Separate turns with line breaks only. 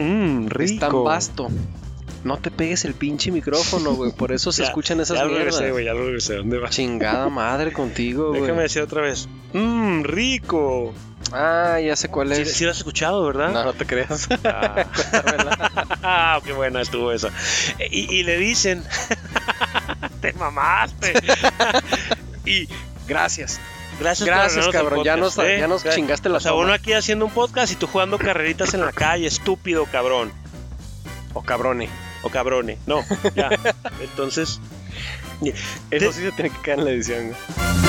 Mmm, rico.
Es tan vasto. No te pegues el pinche micrófono, güey. Por eso se
Ya,
escuchan esas
ya lo
mierdas.
regresé, güey, ya lo regresé. ¿Dónde va?
Chingada madre contigo, güey.
Déjame decir otra vez. Mmm, rico.
Ah, ya sé cuál
Sí,
es.
sí lo has escuchado, ¿verdad?
no, no te creas.
Ah, qué buena estuvo esa. Y, y le dicen, te mamaste. y
Gracias.
gracias, por
Gracias,
arruinarnos el
cabrón. Ya nos,
podcast, ¿eh?
ya nos
Gra-
chingaste la
O sea,
toma.
uno aquí haciendo un podcast y tú jugando carreritas en la calle, estúpido cabrón.
O cabrone.
O cabrone. No, ya. Entonces,
Eso sí se tiene que quedar en la edición, güey.